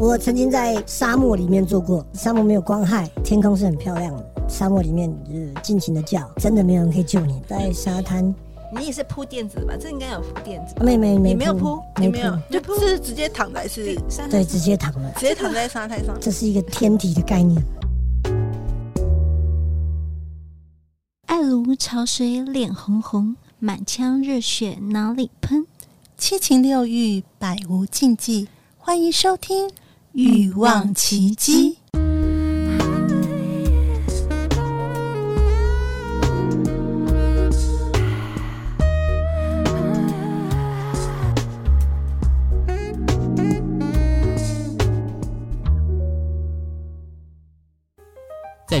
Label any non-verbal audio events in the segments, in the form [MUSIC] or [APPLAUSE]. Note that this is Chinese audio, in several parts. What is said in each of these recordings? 我曾经在沙漠里面做过，沙漠没有光害，天空是很漂亮的。沙漠里面就是尽情的叫，真的没有人可以救你。在沙滩，你也是铺垫子的吧？这应该有铺垫子啊。没没没，你没有铺，你没有，就就是直接躺在是沙滩对，上直接躺了。直接躺在沙滩上。这是一个天体的概念。爱如潮水，脸红红，满腔热血哪里喷？七情六欲，百无禁忌。欢迎收听《欲望奇迹》。在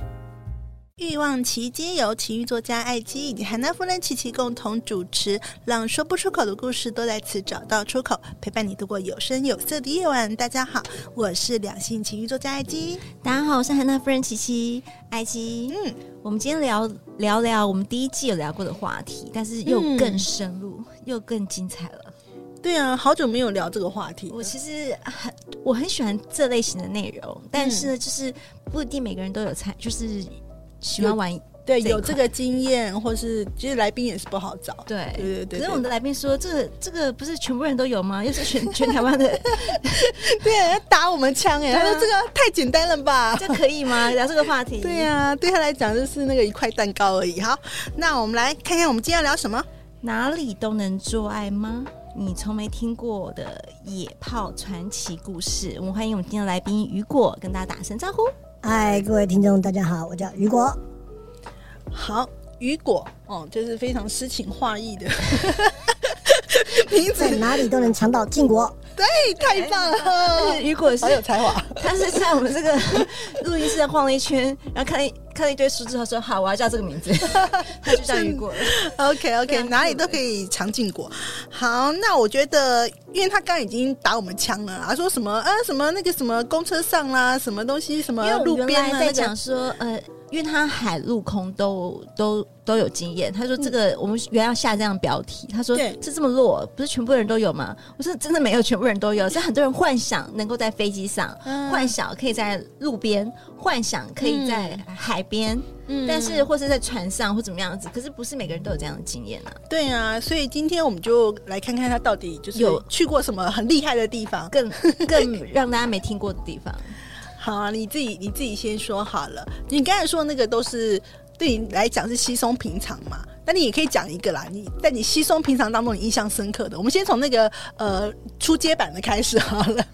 《欲望奇迹》由奇遇作家艾姬以及韩娜夫人琪琪共同主持，让说不出口的故事都在此找到出口，陪伴你度过有声有色的夜晚。大家好，我是两性情欲作家艾姬。大家好，我是韩娜夫人琪琪，艾姬。嗯，我们今天聊聊聊我们第一季有聊过的话题，但是又嗯更深入，又更精彩了。对啊，好久没有聊这个话题了。我其实很我很喜欢这类型的内容，但是呢，就是不一定每个人都有参，就是喜欢玩对这一有这块个经验，或是其实来宾也是不好找。对对对对可是对我们的来宾说，这个这个不是全部人都有吗？又是全 [LAUGHS] 全台湾的，对啊，打我们枪哎、对啊他说这个太简单了吧？这可以吗？聊这个话题，对啊呀、对他来讲就是那个一块蛋糕而已。好，那我们来看看我们今天要聊什么。哪里都能做爱吗？你从没听过的野炮传奇故事，我们欢迎我们今天的来宾雨果，跟大家打声招呼。嗨，哎各位听众，大家好，我叫雨果。好，雨果哦，就是非常诗情画意 [LAUGHS] 的名字在，哪里都能尝到禁果。对，太棒了，雨果是好有才华。 [LAUGHS] 他是在我们这个 [LAUGHS] 录音室晃了一圈，然后看了一看了一堆书之后说：“好，我要叫这个名字。”他就叫雨果了。 OK 非 OK，常酷哪里都可以尝禁果。好，那我觉得，因为他刚刚已经打我们枪了啊，他说什么啊什么那个什么公车上啦、什么东西什么因为路我们边原来啊在那讲个，说，呃，因为他海陆空都都都有经验。他说这个、我们原来要下这样的标题，他说对这这么弱，不是全部人都有吗？我说真的没有全部人都有，是很多人幻想能够在飞机上，幻想可以在路边，幻想可以在海边，嗯但是或是在船上或怎么样子，可是不是每个人都有这样的经验啊。对啊，所以今天我们就来看看他到底就是有有去过什么很厉害的地方。更更 [LAUGHS] 让大家没听过的地方，好啊，你自己你自己先说好了。你刚才说那个都是对你来讲是稀松平常嘛，但你也可以讲一个啦。你在你稀松平常当中，你印象深刻的，我们先从那个呃初阶版的开始好了，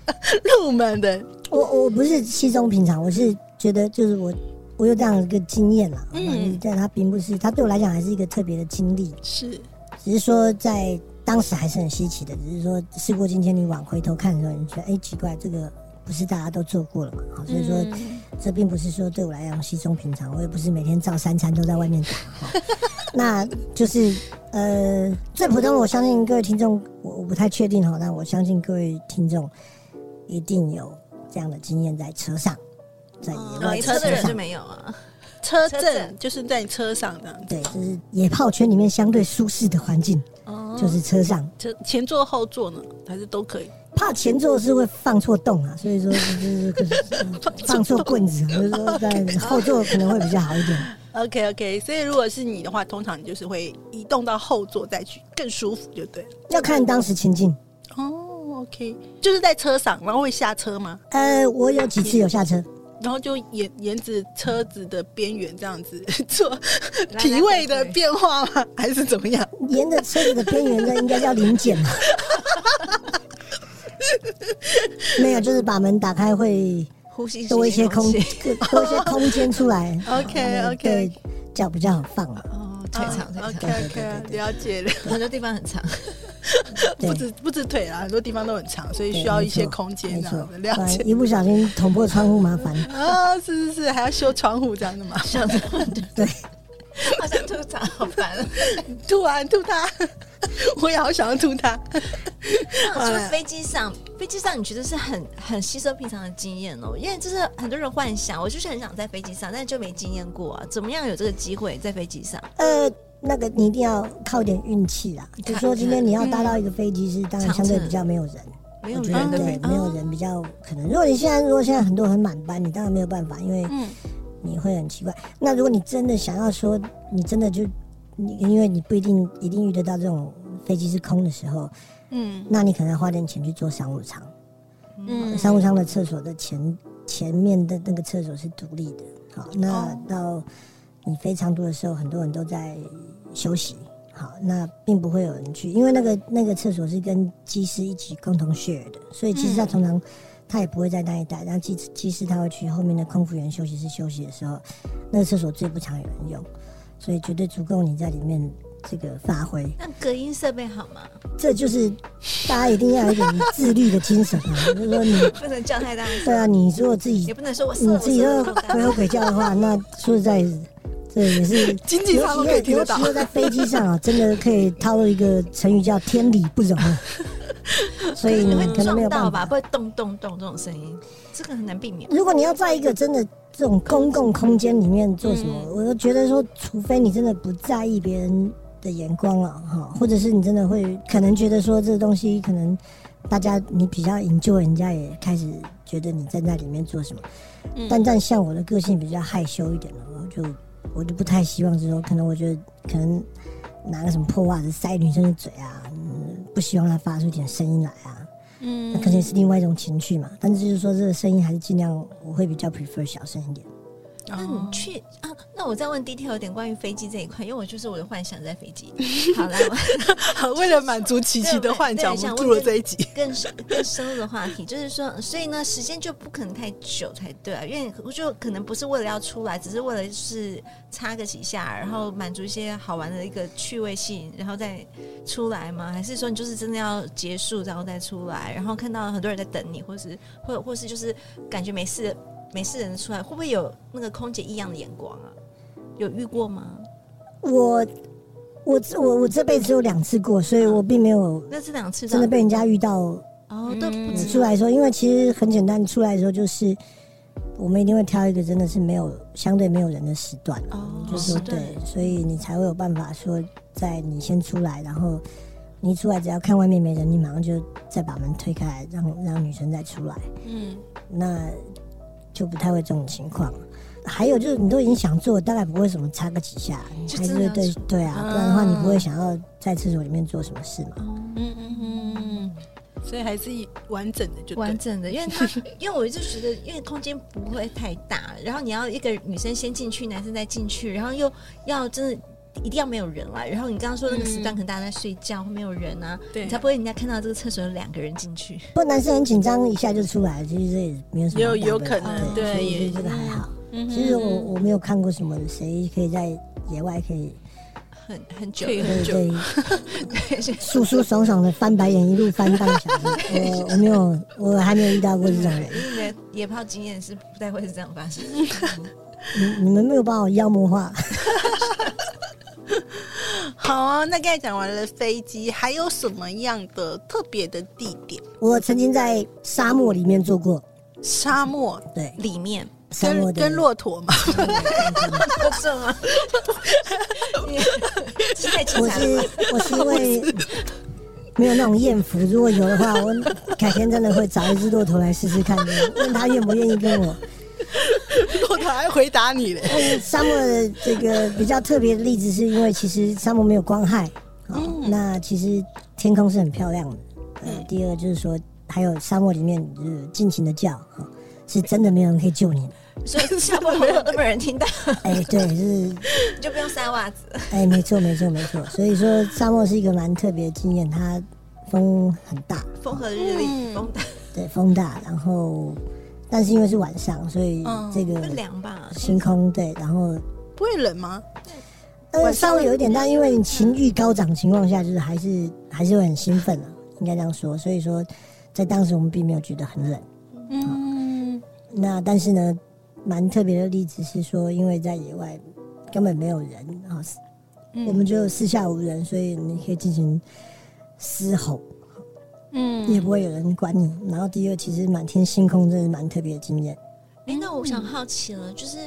入门的。 [LAUGHS] 我我不是稀松平常，我是觉得就是我我有这样一个经验啦。嗯，但它并不是，它对我来讲还是一个特别的经历，是，只是说在当时还是很稀奇的。只是说事过境迁，你往回头看的时候，你觉得哎、奇怪，这个不是大家都做过了嘛？好，所以说、嗯这并不是说对我来讲稀松平常，我也不是每天照三餐都在外面打。 [LAUGHS] 哈那就是呃，最普通的，我相信各位听众，我我不太确定哈，但我相信各位听众一定有这样的经验，在车上，在野没外哦车的车人就上。没有啊。车车震震就是在你车上的，对，就是野炮圈里面相对舒适的环境，就是车上。嗯车前座后座呢，还是都可以。怕前座是会放错洞啊，所以说就是就是放错棍子，就是说在后座可能会比较好一点。 OK OK，所以如果是你的话，通常你就是会移动到后座再去，更舒服就对了。要看当时情境。哦，OK，就是在车上，然后会下车吗？呃，我有几次有下车，然后就沿沿着车子的边缘这样子 [LAUGHS] 做来体位的回变化吗？还是怎么样？沿着车子的边缘，那应该叫临检啊 [LAUGHS] 吧？没有，就是把门打开会呼吸多一些空，气，多一些空间出来。 OK，嗯 OK 对，这样比较好放啊嘛。哦，腿长腿 o 长， k OK，了解了。很多地方很长。对不止不止腿啊啦，很多地方都很长，所以对需要一没错些空间没这错样子。，了不然解一不小心捅 [LAUGHS] 破窗户麻烦。啊，是是是，还要修窗户这样的嘛？对，好想吐槽，好 [LAUGHS] 烦。吐啊吐他， [LAUGHS] 我也好想要吐他。好就了飞机上，飞机上你觉得是很很稀松平常的经验哦，因为这是很多人幻想，我就是很想在飞机上，但是就没经验过啊。怎么样有这个机会在飞机上？呃，那个你一定要靠一点运气啦。就说今天你要搭到一个飞机是，当然相对比较没有人，没有我觉人得的啊飞对，没有人比较可能。如果你现在如果现在很多很满班，你当然没有办法，因为嗯你会很奇怪。那如果你真的想要说，你真的就你因为你不一定一定遇得到这种飞机是空的时候，嗯那你可能要花点钱去做商务舱。嗯商务舱的厕所的前前面的那个厕所是独立的。好，那哦到你飞长途的时候，很多人都在休息。好，那并不会有人去，因为那个那个厕所是跟机师一起共同 share 的，所以其实他通常他也不会在那一带，然后机机师他会去后面的空服员休息室休息的时候，那个厕所最不常有人用，所以绝对足够你在里面这个发挥。那隔音设备好吗？这就是大家一定要有一点自律的精神啊，就是说你不能叫太大声，对啊，你如果自己也不能说我射你我自己射都我射鬼吼鬼叫的话，那说实在，这也是经济舱都可以听得到尤其又在飞机上啊，真的可以套入一个成语叫“天理不容”，啊所以你会可能没撞有到办吧？法。哦不会咚咚咚这种声音，这个很难避免。如果你要在一个真的这种公共空间里面做什么，我就觉得说，除非你真的不在意别人的眼光了、哈，或者是你真的会可能觉得说这个东西可能大家你比较 enjoy，人家也开始觉得你站在里面做什么。但但像我的个性比较害羞一点嘛，我就我就不太希望是说，可能我觉得可能拿个什么破袜子塞女生的嘴啊，嗯，不希望她发出一点声音来啊。那嗯，可能也是另外一种情趣嘛。但是就是说，这个声音还是尽量我会比较 prefer 小声一点。那你去啊？那我再问 detail 一点关于飞机这一块，因为我就是我的幻想在飞 [LAUGHS] 机。好来，我好，为了满足琪琪的幻想，我对们我录了这一集。更深更深入的话题，就是说，所以呢，时间就不可能太久才对啊，因为我就可能不是为了要出来，只是为了就是插个几下，然后满足一些好玩的一个趣味性，然后再出来吗？还是说你就是真的要结束然后再出来，然后看到很多人在等你，或是或或是就是感觉没事没事人出来，会不会有那个空姐异样的眼光啊？有遇过吗？我我我我这辈子只有两次过，所以我并没有那这两次真的被人家遇到哦都不我知出来的时候，因为其实很简单，出来的时候就是我们一定会挑一个真的是没有相对没有人的时段，哦就是说时段对，所以你才会有办法说，在你先出来，然后你一出来只要看外面没人，你马上就再把门推开来，让让女生再出来，嗯，那就不太会这种情况。还有就是，你都已经想做，大概不会什么插个几下，你还是真的会要对做对嗯啊，不然的话你不会想要在厕所里面做什么事嘛。所以还是以完整的就对完整的，因为 [LAUGHS] 他，因为我就觉得，因为空间不会太大，然后你要一个女生先进去，男生再进去，然后又要真的一定要没有人来，然后你刚刚说那个时段可能大家在睡觉，会没有人啊，嗯对你才不会人家看到这个厕所有两个人进去。不过男生很紧张，一下就出来了，其实这也没有什么有大不了有可能对，对所也嗯以这个还好。其实我我没有看过什么谁可以在野外可以很很久可，以很对久。对 [LAUGHS] 舒舒爽爽的翻白眼一路翻半个小时，我我没有我还没有遇到过这种人，因 [LAUGHS] 为野炮经验是不太会是这样发生。你你们没有把我妖魔化， [LAUGHS] 好啊，那刚才讲完了飞机，还有什么样的特别的地点？我曾经在沙漠里面做过，沙漠对，里面沙漠跟的跟骆驼 [LAUGHS] 嘛，是吗？ [LAUGHS] 你是太精我彩了吧。是我是因为没有那种艳福，如果有的话，我改天真的会找一只骆驼来试试看，问他愿不愿意跟我。骆驼还回答你嘞。但沙漠的这个比较特别的例子，是因为其实沙漠没有光害，哦那其实天空是很漂亮的。呃，第二就是说，还有沙漠里面就是尽情的叫，哦是真的没有人可以救你的。所以下播活动都没有人 [LAUGHS] 听到，哎，对，就是你就不用塞袜子。哎，没错，没错，没错。所以说，沙漠是一个蛮特别的经验，它风很大，风和嗯日丽，风大对，风大，然后但是因为是晚上，所以这嗯个嗯会凉吧？星空对，然后不会冷吗？呃晚上稍微有一点，但因为你情嗯欲高涨情况下，就是还是还是会很兴奋啊，应该这样说。所以说，在当时我们并没有觉得很冷。啊嗯，那但是呢，蛮特别的例子是说，因为在野外，刚根本没有人啊，嗯我们就四下无人，所以你可以进行嘶吼，嗯也不会有人管你。然后第二，其实满天星空真的蛮特别的经验，哎、那我想好奇了，就是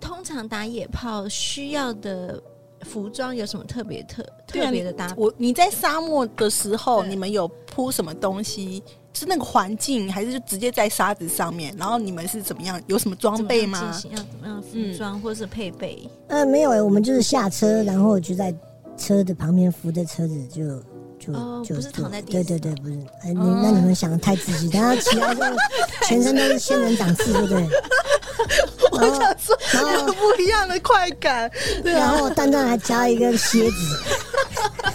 通常打野炮需要的服装有什么特别特对啊特别的 [LAUGHS] 搭配？我你在沙漠的时候，对你们有铺什么东西？是那个环境，还是就直接在沙子上面？然后你们是怎么样？有什么嗯装怎么备样吗？进行要怎么样的嗯服装或是配备？呃，没有、欸，我们就是下车，然后就在车的旁边扶着车子就。就哦就不是就躺在地对对上对，哦不是。哎，你那你们想的太仔细，然后起来 [LAUGHS] 就全身都是仙人掌刺，对不对？我然后想说然后 [LAUGHS] 有不一样的快感，对然啊，后蛋蛋还加了一根蝎子。 [LAUGHS]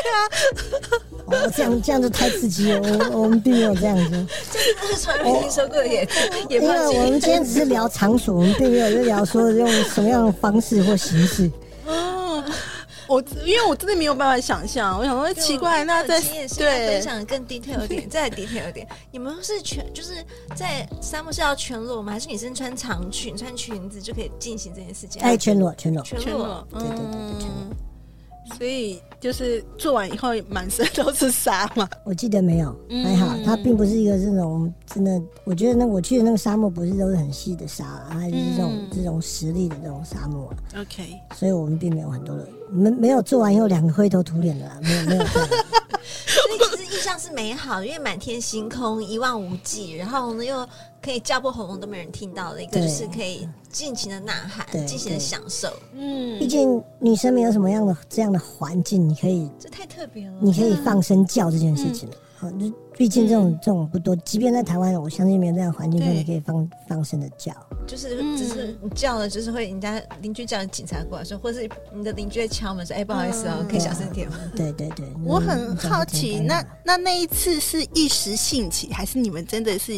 对啊。哦，这样这样就太刺激了，我我们并没有这样 [LAUGHS] 子，就是从哦来没听说过野野因炮为我们今天只是聊场所，我们并没有在聊说用什么样的方式或形式。我因为我真的没有办法想象，我想说奇怪，那在也是要分对享得更 detail 一点，再 detail 一点。你们是全就是在沙漠是要全裸吗？还是女生穿长裙、穿裙子就可以进行这件事情？哎，全裸，全裸，全全裸裸，，对对对对全嗯，所以就是做完以后满身都是沙嘛，我记得没有，嗯还好，它并不是一个这种真的。我觉得那我去的那个沙漠不是都是很细的沙啦，它就是这种、嗯这种实力的这种沙漠啊， OK，所以我们并没有很多的，没没有做完以后两个灰头土脸的啦，没有没有这样。所以其实印象是美好，因为满天星空一望无际，然后呢又可以叫破喉咙都没人听到的一个，对就是可以尽情的呐对喊，尽情的对享受， [LAUGHS] 嗯毕，竟女生没有什么样的这样的环境，你可以这太特别了。你可嗯以放声叫这件事情。好，就毕竟这种这种不多，即便在台湾，我相信没有这样的环境，对但你可以放放声的叫。就是嗯只是你叫了，就是会人家邻居叫警察过来说，或是你的邻居在敲门说：“哎、不好意思哦、可以小声点吗对啊对对，我嗯很好奇，你那那那一次是一时兴起，还是你们真的是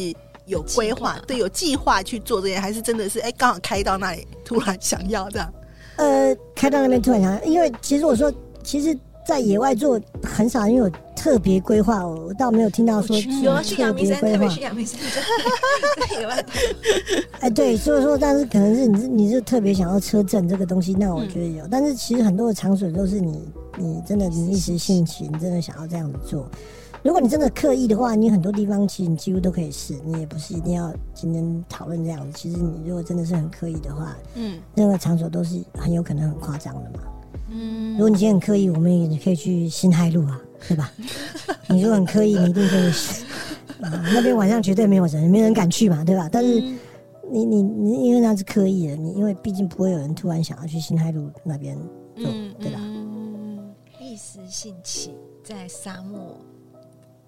有规计划划，对，有计划去做这件，还是真的是哎刚好开到那里，突然想要这样？呃，开到那边突然想，因为其实我说，其实，在野外做很少，因为我特别规划，我我倒没有听到说？”有啊，去特阳明别山，特规划别。去阳 [LAUGHS] 明山，啊在野外打哎，对，所以说，但是可能是你是你是特别想要车震这个东西，嗯那我觉得有。但是其实很多的场所都是你你真的你一时兴起，你真的想要这样子做。如果你真的刻意的话，你很多地方其实你几乎都可以试，你也不是一定要今天讨论这样子。其实你如果真的是很刻意的话，嗯任何场所都是很有可能很夸张的嘛。如嗯，果你今天很刻意，我们也可以去新海路啊，对吧？你如果很刻意，你一定可以去。啊那边晚上绝对没有人，没人敢去嘛，对吧？但嗯是你你你，因为那是刻意的，你因为毕竟不会有人突然想要去新海路那边做，嗯对哦吧？一时兴起，在沙漠。嗯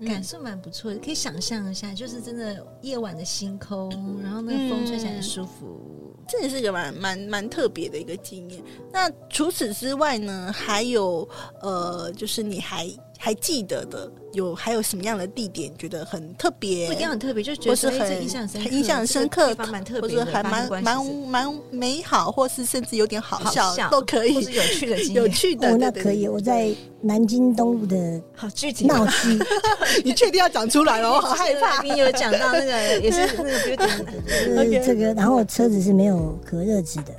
感受蛮不错的，可以想象一下，就是真的夜晚的星空，然后那嗯个风吹起来很舒服。这也是个蛮蛮蛮特别的一个经验。那除此之外呢，还有呃，就是你还还记得的，有还有什么样的地点觉得很特别？不一定很特别，就觉或得是说哎这很印象深刻，很印象深刻，这个地方蛮特或别者的，还发生蛮关系蛮是蛮美好，或是甚至有点好好笑笑都可或以是，有趣的经验，有趣的。哦，那对可以。。我在南京东路的好啊具体闹 [LAUGHS] 区，对对你确定要讲出来哦了？我好害这个怕来。宾有讲到那 [LAUGHS] 个，也是那个 beauty，就是这个，然后车子是没有隔热纸的。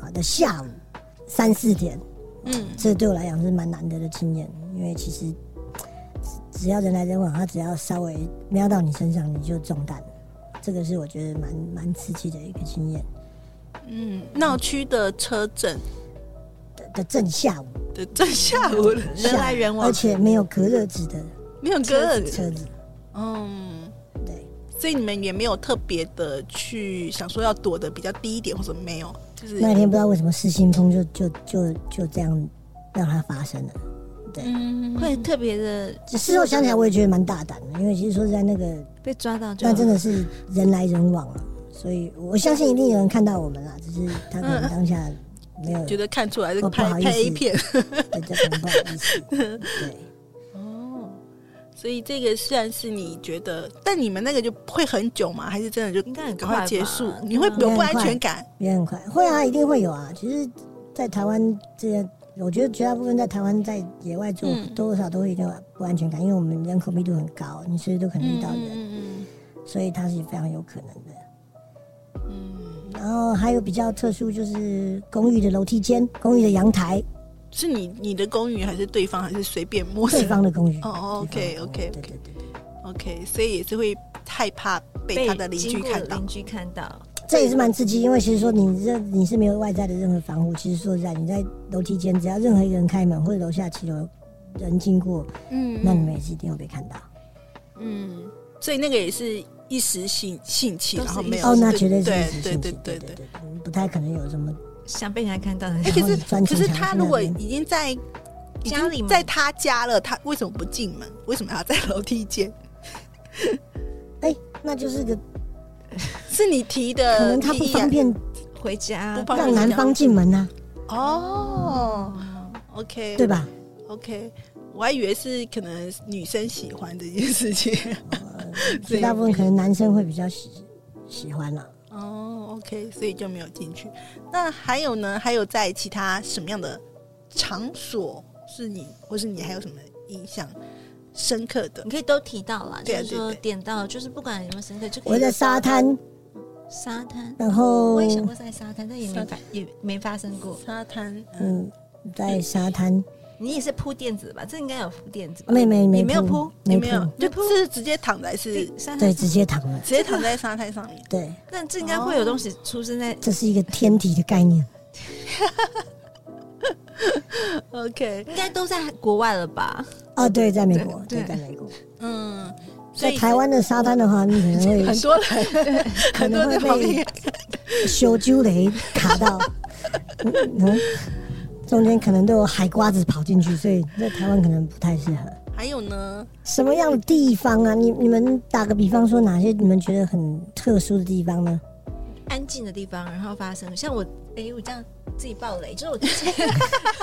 好的，下午三四点，嗯这对我来讲是蛮难得的经验，因为其实只只要人来人往，他只要稍微瞄到你身上，你就中弹了。这个是我觉得蛮蛮刺激的一个经验嗯， [LAUGHS] 闹区的车 [LAUGHS] 震的的正下午，的正下午 [LAUGHS] 了，人来人往而，且没有隔热纸的没有歌。车子，嗯，对，所以你们也没有特别的去想说要躲得比较低一点，或者没有，就是那天不知道为什么失心疯就就就就这样让它发生了。嗯会特别的事后想起来，我也觉得蛮大胆的，因为其实说实在，那个被抓到就那真的是人来人往了，所以我相信一定有人看到我们啦，只是他可能当下没有觉得看出来这哦个不好拍意思拍 A 片，对，这可能不好意思。对，所以这个虽然是你觉得，但你们那个就会很久吗？还是真的就应该很赶快快吧结束对啊？你会有不安全感？也很快，会啊，一定会有啊。其实，在台湾这些，我觉得绝大部分在台湾在野外做，嗯多多少少都会有点不安全感，因为我们人口密度很高，你随时都可能遇到人，嗯所以它是非常有可能的。嗯嗯那然后还有比较特殊就是公寓的楼梯间、公寓的阳台、是你你的公寓还是对方还是随便摸对方的公寓。对哦方的公寓 OK，OK，OK 对对对。 OK，所以也是会害怕被他的邻居经过看的到邻。居看到，这也是蛮刺激，因为其实说你这你是没有外在的任何防护，其实说实在你在楼梯间，只要任何一个人开门或者楼下七楼人经过，嗯那你们也是一定会被看到。嗯，所以那个也是一时兴兴起，都是然后没有哦，那绝对是嗯对一时对兴起对对对对。对，不太可能有什么想被人家看到的。哎，可然是后可是钻进他墙如果那边已经在已家里经吗在他家了，他为什么不进门？为什么要在楼梯间？呃哎，那就是个是你提的，可能他啊不方便回家不方便让男方进门呐，哦。OK，对吧？ ？OK，我还以为是可能女生喜欢这件事情。绝哦大部分可能男生会比较喜喜欢啊啦。哦，OK，所以就没有进去。那还有呢？还有在其他什么样的场所是你，或是你还有什么印象深刻的你？可以都提到啦，就对啊是说对对点到，就是不管有没有深刻，就可以我在沙哦滩，沙滩。然后我也想过在沙滩，但也没沙发也没发生过。沙滩，嗯，嗯，在沙滩，哦你也是铺垫子吧？这应该有铺垫子吧。没没没，你没有铺，你没没有啊铺，，就是直接躺在是直沙对，滩，直接躺了，接躺在沙滩上面。对，但这应该会有东西出生在。这是一个天体的概念。 OK，应该都在国外了吧？哦，对，在美国，对对，在美国，嗯，所在以台湾的沙滩的话，你可能会 [LAUGHS] 很多人， [LAUGHS] 可很多能在旁会边被修鸠雷卡到，嗯嗯中间可能都有海瓜子跑进去，所以在台湾可能不太适合。还有呢，什么样的地方啊？你你们打个比方说，哪些你们觉得很特殊的地方呢？安静的地方，然后发生像我，哎、我这样自己爆雷，就是我自己，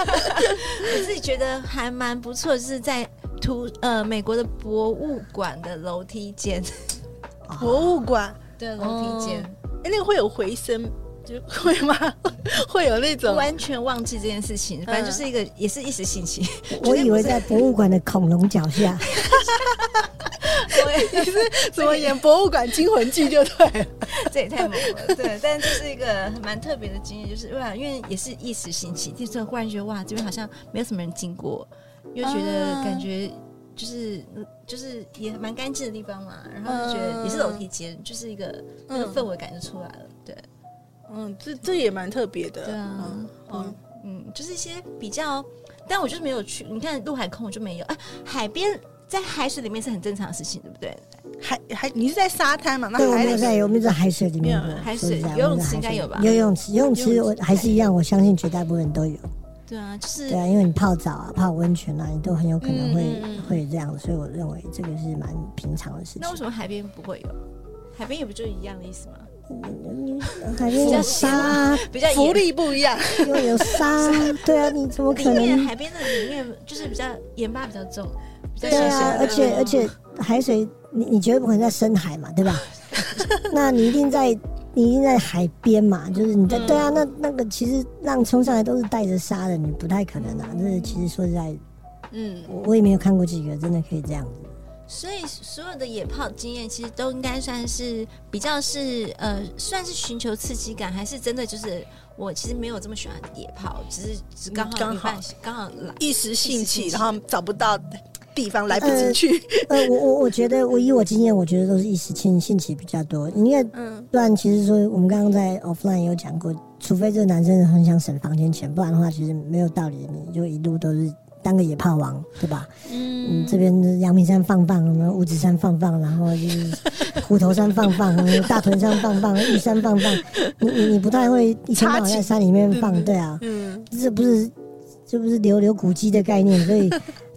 [LAUGHS] 我自己觉得还蛮不错，就是在图呃美国的博物馆的楼梯间，博物馆，对楼梯间，哎，那个会有回声，就会吗？ [LAUGHS] 会有那种完全忘记这件事情，反正就是一个、也是一时兴起，我以为在博物馆的恐龙脚下，怎么演博物馆惊魂记就对了。 [LAUGHS] 这也太猛了，对，但这是一个蛮特别的经验，就是哇，因为也是一时兴起，就是忽然觉得哇，这边好像没有什么人经过，又觉得啊感觉就是、就是也蛮干净的地方嘛，然后就觉得也是楼梯间，就是一个那个氛围感就出来了，对嗯，这这也蛮特别的。对啊，嗯嗯嗯嗯，就是一些比较，但我就是没有去，你看陆海空我就没有，哎、海边在海水里面是很正常的事情，对不对？还还你是在沙滩嘛？那对，我海没里有在，我们在海水里面没过有，海说实水在我游们泳在池海应该水有吧游泳池，游泳游池泳我池还是一样，我相信绝大部分都有。对啊，就是对啊，因为你泡澡啊、泡温泉啊，你都很有可能会、嗯嗯嗯会这样，所以我认为这个是蛮平常的事情那为。什么海边不会有？海边也不就一样的意思吗？海边有沙，比较福严利不一样。又有沙，对啊，你怎么里可面 [LAUGHS] 能？海边的里面就是比较盐巴比较重，比较对啊咸咸，而的。嗯且而且海水，你你绝对不可能在深海嘛，对吧？那你一定在你一定在海边嘛，就是你在、对啊，那那个其实浪冲上来都是带着沙的，你不太可能啊。就是其实说实在，嗯，我我也没有看过几个真的可以这样子。所以所有的野炮经验其实都应该算是比较是呃，算是寻求刺激感，还是真的就是我其实没有这么喜欢野炮，只是只刚好刚好一半刚好来。一一时兴时兴起起，然后找不到地方，来不及去。呃，我我我觉得，我以我经验，我觉得都是一时兴兴起比较多，因为嗯不然其实说我们刚刚在 offline 也有讲过，除非这个男生很想省房间钱，不然的话其实没有道理，你就一路都是当个野炮王，对吧？嗯，这边阳明山放放，然后五指山放放，然后就是 [LAUGHS] 虎头山放放，然后大屯山放放，玉山放放，你你你不太会一天到晚在山里面放，对啊，嗯这不是这不是留留古迹的概念，所 [LAUGHS] 以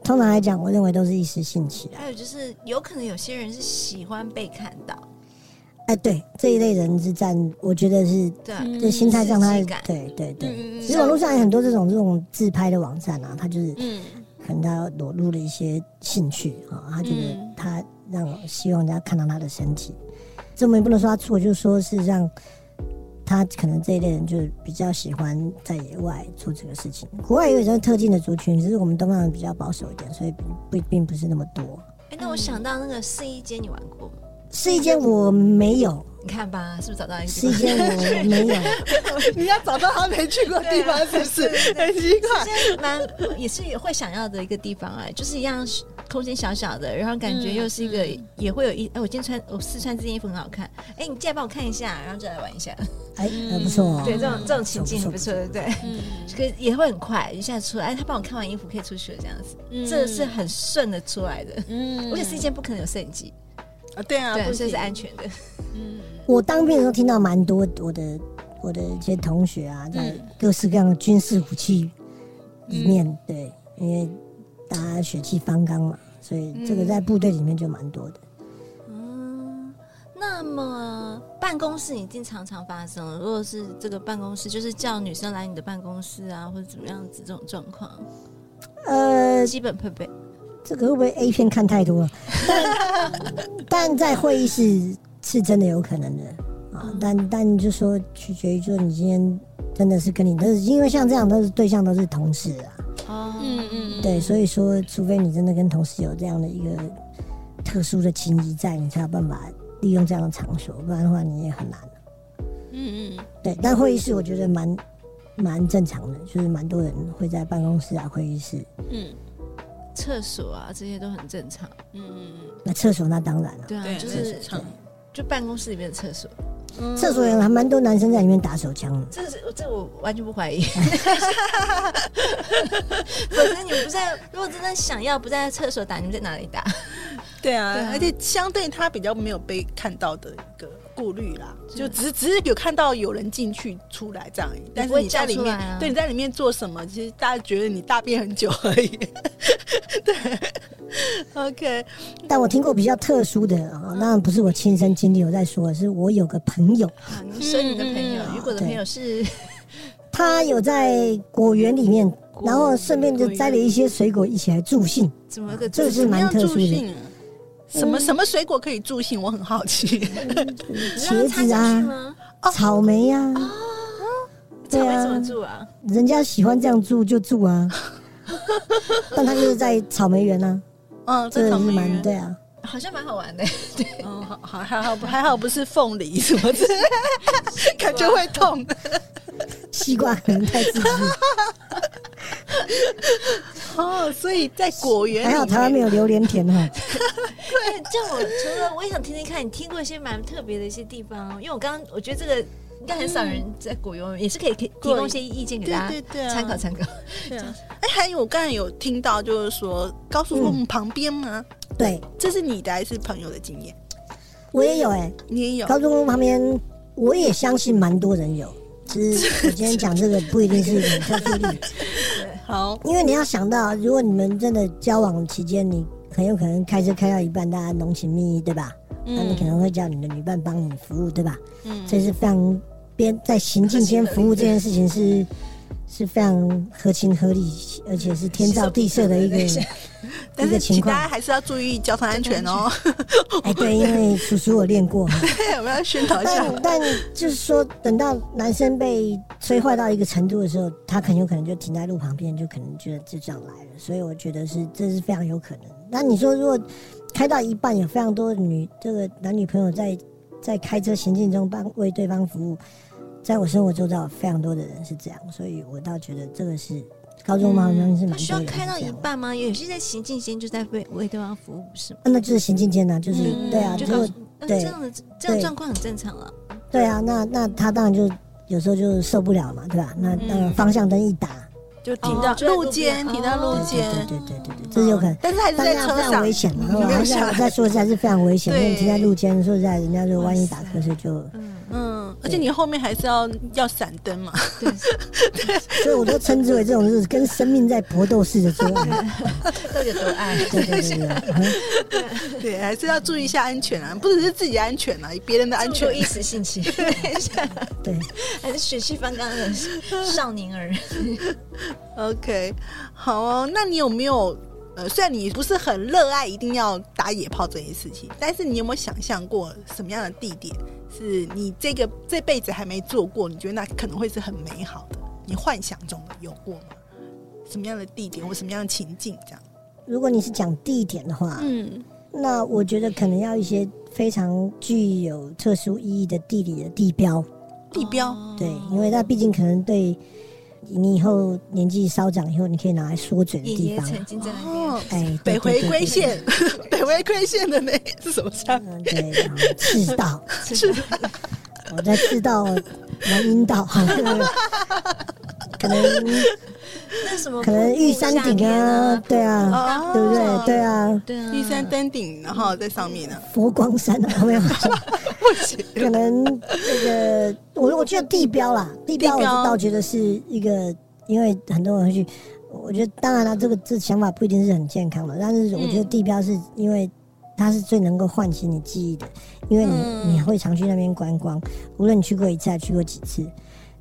通常来讲，我认为都是一时兴起啊。还有就是，有可能有些人是喜欢被看到，哎，对这一类人是占，我觉得是对啊，就嗯心态上他刺激感对对对。嗯其实网络上有很多这种这种自拍的网站啊，他就是嗯可能他裸露了一些兴趣啊，他觉嗯得他让希望人家看到他的身体，这我们也不能说他错，就说是让他可能这一类人就比较喜欢在野外做这个事情。国外也有一种特定的族群，只是我们东方人比较保守一点，所以并不并不是那么多。哎、那我想到那个试衣间，你玩过吗？试衣间我没有，你看吧，是不是找到一个是一件我没有， [LAUGHS] 你要找到他没去过的地啊方，是不是很奇怪？是蛮也是会想要的一个地方哎、就是一样是空间小小的，然后感觉又是一个、也会有一哎，我今天穿我试穿这件衣服很好看，哎，你进来帮我看一 [LAUGHS] 下，然后就来玩一下，哎，还不错哦。嗯对，这哦种这种情境不错不错，对不对？ [LAUGHS] 可是也会很快，一下出来，哎，他帮我看完衣服可以出去了，这样子，嗯这是很顺的出来的，嗯而且是一件不可能有摄影机，啊对啊，对，不所以是行安全的，我当兵的时候听到蛮多我的我的一些同学啊，在各式各样的军事武器里面，嗯对，因为大家血气方刚嘛，所以这个在部队里面就蛮多的。嗯， [LAUGHS] 那么办公室已经常常发生了。如果是这个办公室，就是叫女生来你的办公室啊，或者怎么样子这种状况，呃，基本配备。这个会不会 A 片看太多了？但 [LAUGHS] 但在会议室是真的有可能的嗯啊，但但就说取决于说你今天真的是跟你，但是因为像这样都是对象都是同事啊，哦，嗯嗯嗯，对，所以说，除非你真的跟同事有这样的一个特殊的情谊在，你才有办法利用这样的场所，不然的话你也很难。嗯嗯对，但会议室我觉得蛮蛮正常的，就是蛮多人会在办公室啊、会议室，嗯厕所啊，这些都很正常。嗯嗯那厕所那当然了、对啊，对，就这是常就办公室里面的厕所，厕所有还蛮多男生在里面打手枪的。这是这我完全不怀 [LAUGHS] 疑。本身你们不在，如果真的想要不在厕所打，你们在哪里打？对啊啊，而且相对他比较没有被看到的一个顾虑啦，就只是只是有看到有人进去出来这样而已，但不是会你在叫里出面，来啊对你在里面做什么，其实大家觉得你大便很久而已。 [LAUGHS] 对，OK，但我听过比较特殊的啊，当然不是我亲身经历，我在说的是我有个朋友，啊，你说你的朋友，嗯如果的朋友是他有在果园里面，然后顺便就摘了一些水果一起来助兴，怎么个这个是蛮特殊助的。兴啊？什么什么水果可以助兴？我很好 [LAUGHS] 奇。茄插进子去啊，吗？草莓啊，草对莓啊怎么住啊？人家喜欢这样住就住啊。但他就是在草莓园啊，嗯，这这个草是莓蛮园。对啊。好像蛮好玩的，哦嗯，好，好还好，还好不是凤梨什么之类 [LAUGHS] 的，感觉会痛。西瓜可能太刺激，哦，所以在果园还好里台湾没面有榴莲哦甜哈。对，这样我除了我也想听听看，你听过一些蛮特别的一些地方，因为我刚刚我觉得这个应该很少人在果园，也是可以可以提供一些意见给大对家对对啊参考参考。对啊，哎，还有我刚才有听到，就是说高速公路旁边吗？对，这是你的还是朋友的经验？我也有哎，你也有高中旁边我也相信蛮多人有。只是我今天讲这个不一定是很特殊例子，好，因为你要想到，如果你们真的交往期间，你很有可能开车开到一半，大家浓情蜜意，对吧？那你可能会叫你的女伴帮你服务，对吧？嗯这是非常边在行进间服务这件事情是是非常合情合理，而且是天造地设的一个但一个是情请况大家。还是要注意交通安全哦。哎，对，因为叔叔我练过，对， [LAUGHS] 我们要宣导一下但。但就是说，等到男生被催坏到一个程度的时候，他很有可能就停在路旁边，就可能觉得就这样来了。所以我觉得是这是非常有可能。那你说，如果开到一半，有非常多的女这个男女朋友在在开车行进中帮为对方服务，在我生活周遭有非常多的人是这样，所以我倒觉得这个是高中嘛，好像是蛮多人他哦需要是嗯开到这一样的。啊半吗？有些在行进间就在为为对方服务，不是吗？啊那就是行进间呐，就是、对啊，就如告果诉嗯对这样的这样的状况很正常了。对啊，那那他当然就有时候就受不了嘛，对吧？那嗯那个方向灯一打，就停到哦就在路路肩，边停到对路肩，哦对对对对对，这是有可能。但是还是当在然车非常上嗯危。险嘛，我 [LAUGHS] 没有还是下要来再说一下是非常危险。因为你停在路肩，说实在，人家就万一打瞌睡就，嗯，而且你后面还是要要闪灯嘛。对，所以我都称之为这种就是跟生命在搏斗式的作 [LAUGHS] 案。到底有多爱？对对对对对，嗯对，还是要注意一下安全啊，不只是自己的安全啊，别人的安就全一时兴起，对。 [LAUGHS] 还是血气方刚的少年儿。 OK，好哦。那你有没有呃，虽然你不是很热爱一定要打野炮这件事情，但是你有没有想象过什么样的地点是你这个这辈子还没做过？你觉得那可能会是很美好的？你幻想中的有过吗？什么样的地点或什么样的情境这样？如果你是讲地点的话，嗯那我觉得可能要一些非常具有特殊意义的地理的地标。地标对，因为它毕竟可能对你以后年纪稍长以后，你可以拿来说嘴的爷地爷方。曾经在那边。哦，哎，对 [LAUGHS] 北回对归。对对线，北回归线的那是什么山？嗯，对，然后赤 [LAUGHS] 道，我在赤道南阴道， [LAUGHS] 可能那什么可能玉山顶啊，对啊， [LAUGHS] 哦，对不对？对啊，对啊，玉山登顶，然后在上面呢，佛光山 [LAUGHS] 啊，没有，不行，可能这个我我觉得地标啦，地标我地标倒觉得是一个，因为很多人会去，我觉得当然了，这个这想法不一定是很健康的，但是我觉得地标是因为它是最能够唤起你记忆的，因为你、嗯你会常去那边观光，无论你去过一次还去过几次。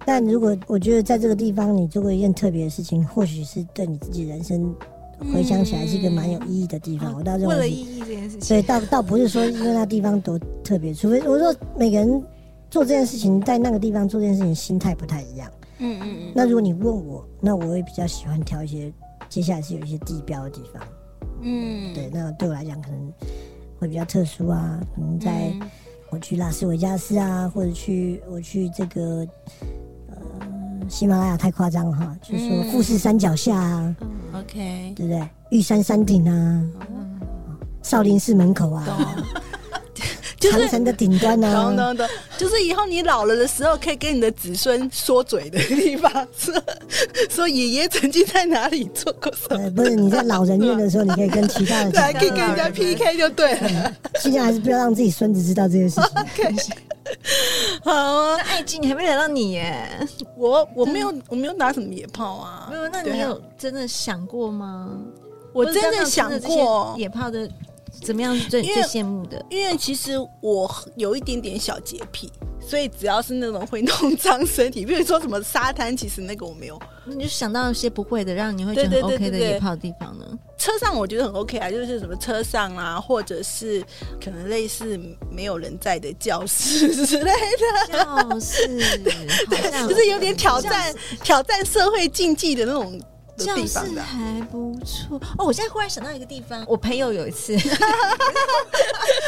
但如果我觉得在这个地方你做过一件特别的事情，或许是对你自己人生回想起来是一个蛮有意义的地嗯方。我倒认为为了是意义这件事所情，以倒倒不是说因为那地方多特别，除非我说每个人做这件事情，在那个地方做这件事情心态不太一样。嗯嗯那如果你问我，那我会比较喜欢挑一些接下来是有一些地标的地方。嗯对，那对我来讲可能会比较特殊啊，可能在嗯我去拉斯维加斯啊，或者去我去这个呃喜马拉雅太夸张了哈，就是嗯说富士山脚下啊， ，OK，对不对？玉山山顶啊，嗯少林寺门口啊。就是长城的顶端啊呢、懂懂懂，就是以后你老了的时候，可以跟你的子孙说嘴的地方，说说爷爷曾经在哪里做过什么，呃，不是你在老人院的时候，你可以跟其他的对，啊可以亲跟人家 PK 就嗯对了。尽量还是不要让自己孙子知道这件事情。好啊，那爱姬你还没聊到你耶， [LAUGHS] 我我没有我没有拿什么野炮啊，没有？那对你啊有真的想过吗？我或者真刚的刚想这些过，野炮的怎么样是最因最为羡慕的？因为其实我有一点点小洁癖，所以只要是那种会弄脏身体，比如说什么沙滩，其实那个我没有。你就想到一些不会的，让你会觉得对很对对 OK 的对对野炮地方呢？车上我觉得很 OK 啊，就是什么车上啊，或者是可能类似没有人在的教室之类的，就是好像就是有点挑战挑战社会禁忌的那种的教地室方的。还不错哦。我现在忽然想到一个地方，我朋友有一次， [LAUGHS]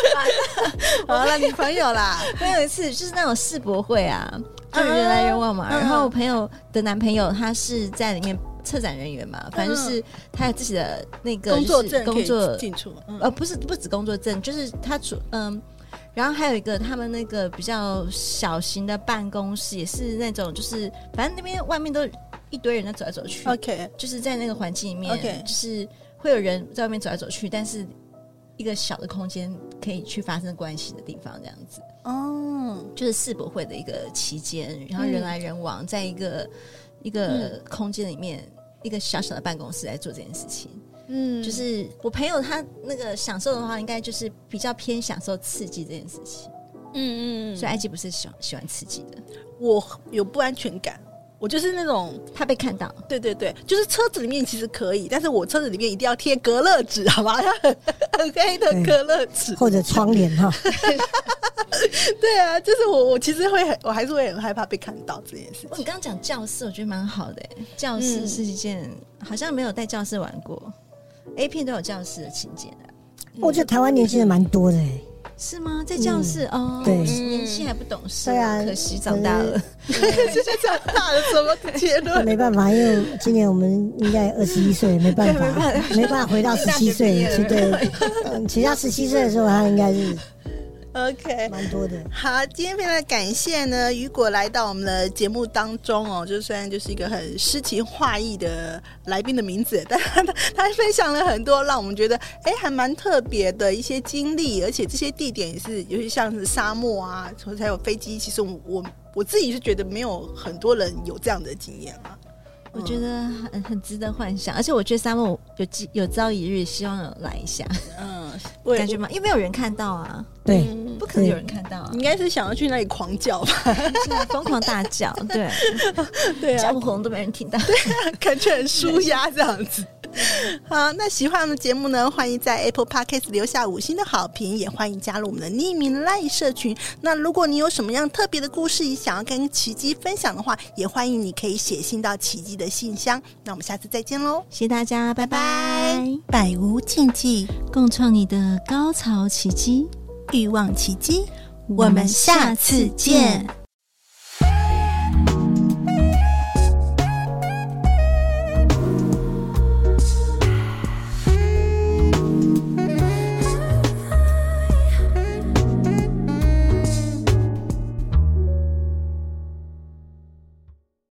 好了，你朋 [LAUGHS] 友啦，朋友有一次就是那种世博会啊，就人来人往嘛。嗯然后我朋友的男朋友他是在里面策展人员嘛，反正就是他有自己的那个工作就是证可嗯工以作进出，嗯呃，不是不止工作证，就是他主嗯，然后还有一个他们那个比较小型的办公室，也是那种就是反正那边外面都一堆人在走来走去，OK，就是在那个环境里面 OK 就是会有人在外面走来走去，但是一个小的空间可以去发生关系的地方，这样子哦，嗯就是世博会的一个期间，然后人来人往，在一个一个空间里面。一个小小的办公室来做这件事情，嗯就是我朋友他那个享受的话，应该就是比较偏享受刺激这件事情。嗯嗯所以埃及不是喜欢喜欢刺激的，我有不安全感，我就是那种他被看到，对对对，就是车子里面其实可以，但是我车子里面一定要贴隔热纸，好吧？ [LAUGHS] 很黑的对隔热纸。或者窗帘哈，对啊，就是我我其实会很，我还是会很害怕被看到这件事我哦情。你刚刚讲教室，我觉得蛮好的、欸。教室嗯是一件、好像没有在教室玩过，A 片都有教室的情节的，我觉得台湾年轻人蛮多的、欸，是吗？在教室、哦，对年轻还不懂事，对啊可惜长大了。现在长大了，什么结论？没办法，因为今年我们应该二十一岁，没办法，没办法回到十七岁大学去毕业对。嗯，其他十七岁的时候，他应该是 [LAUGHS] OK，蛮多的。好，今天非常感谢呢，雨果来到我们的节目当中哦。就虽然就是一个很诗情画意的来宾的名字，但他他分享了很多让我们觉得哎还蛮特别的一些经历，而且这些地点也是，尤其像是沙漠啊，或者还有飞机，其实我我我自己是觉得没有很多人有这样的经验啊。我觉得很很值得幻想，而且我觉得沙漠有机有朝一日希望有来一下，嗯，我也感觉嘛，因为没有人看到啊，嗯对，不可能有人看到啊你，应该是想要去那里狂叫吧？疯狂 [LAUGHS] 大叫， [LAUGHS] 对，对啊叫，不红都没人听到。感觉很舒压这样子。好，那喜欢我们的节目呢，欢迎在 Apple Podcast 留下五星的好评，也欢迎加入我们的匿名赖社群。那如果你有什么样特别的故事，想要跟奇迹分享的话，也欢迎你可以写信到奇迹的信箱。那我们下次再见喽。谢谢大家，拜拜，百无禁忌，共创你的高潮奇迹。欲望奇迹》，我们下次见。